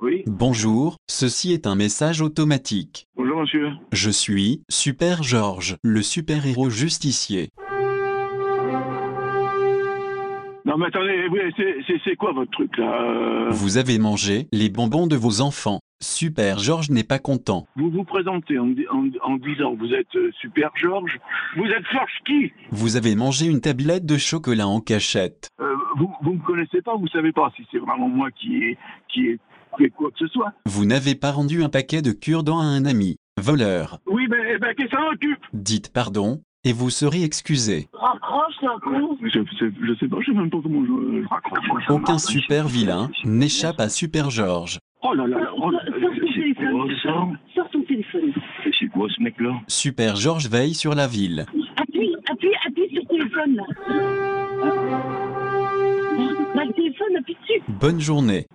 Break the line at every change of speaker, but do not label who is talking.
Oui.
Bonjour, ceci est un message automatique.
Bonjour, monsieur.
Je suis Super George, le super-héros justicier.
Non, mais attendez, oui, c'est- c'est- c'est quoi votre truc, là Euh,
Vous avez mangé les bonbons de vos enfants. Super George n'est pas content.
Vous vous présentez en, di- en- en disant vous êtes euh, Super Georges. Vous êtes Force qui
Vous avez mangé une tablette de chocolat en cachette.
Euh, Vous ne me connaissez pas, vous savez pas si c'est vraiment moi qui ai qui ai fait quoi que ce soit.
Vous n'avez pas rendu un paquet de cure-dents à un ami. Voleur.
Oui, ben, eh ben qu'est-ce que ça occupe
Dites pardon, et vous serez excusé.
Raccroche, c'est un con.
je, je- je sais pas, je sais même pas comment je, je raccroche.
Aucun super vilain n'échappe à Super George.
Oh là là, là, oh là, là,
Sors ton
c'est quoi ça
téléphone. Sors ton téléphone.
Mais C'est quoi ce mec-là
Super George veille sur la ville.
Appuie, appuie, appuie sur le téléphone. là. Bah, le téléphone, appuie dessus.
Bonne journée.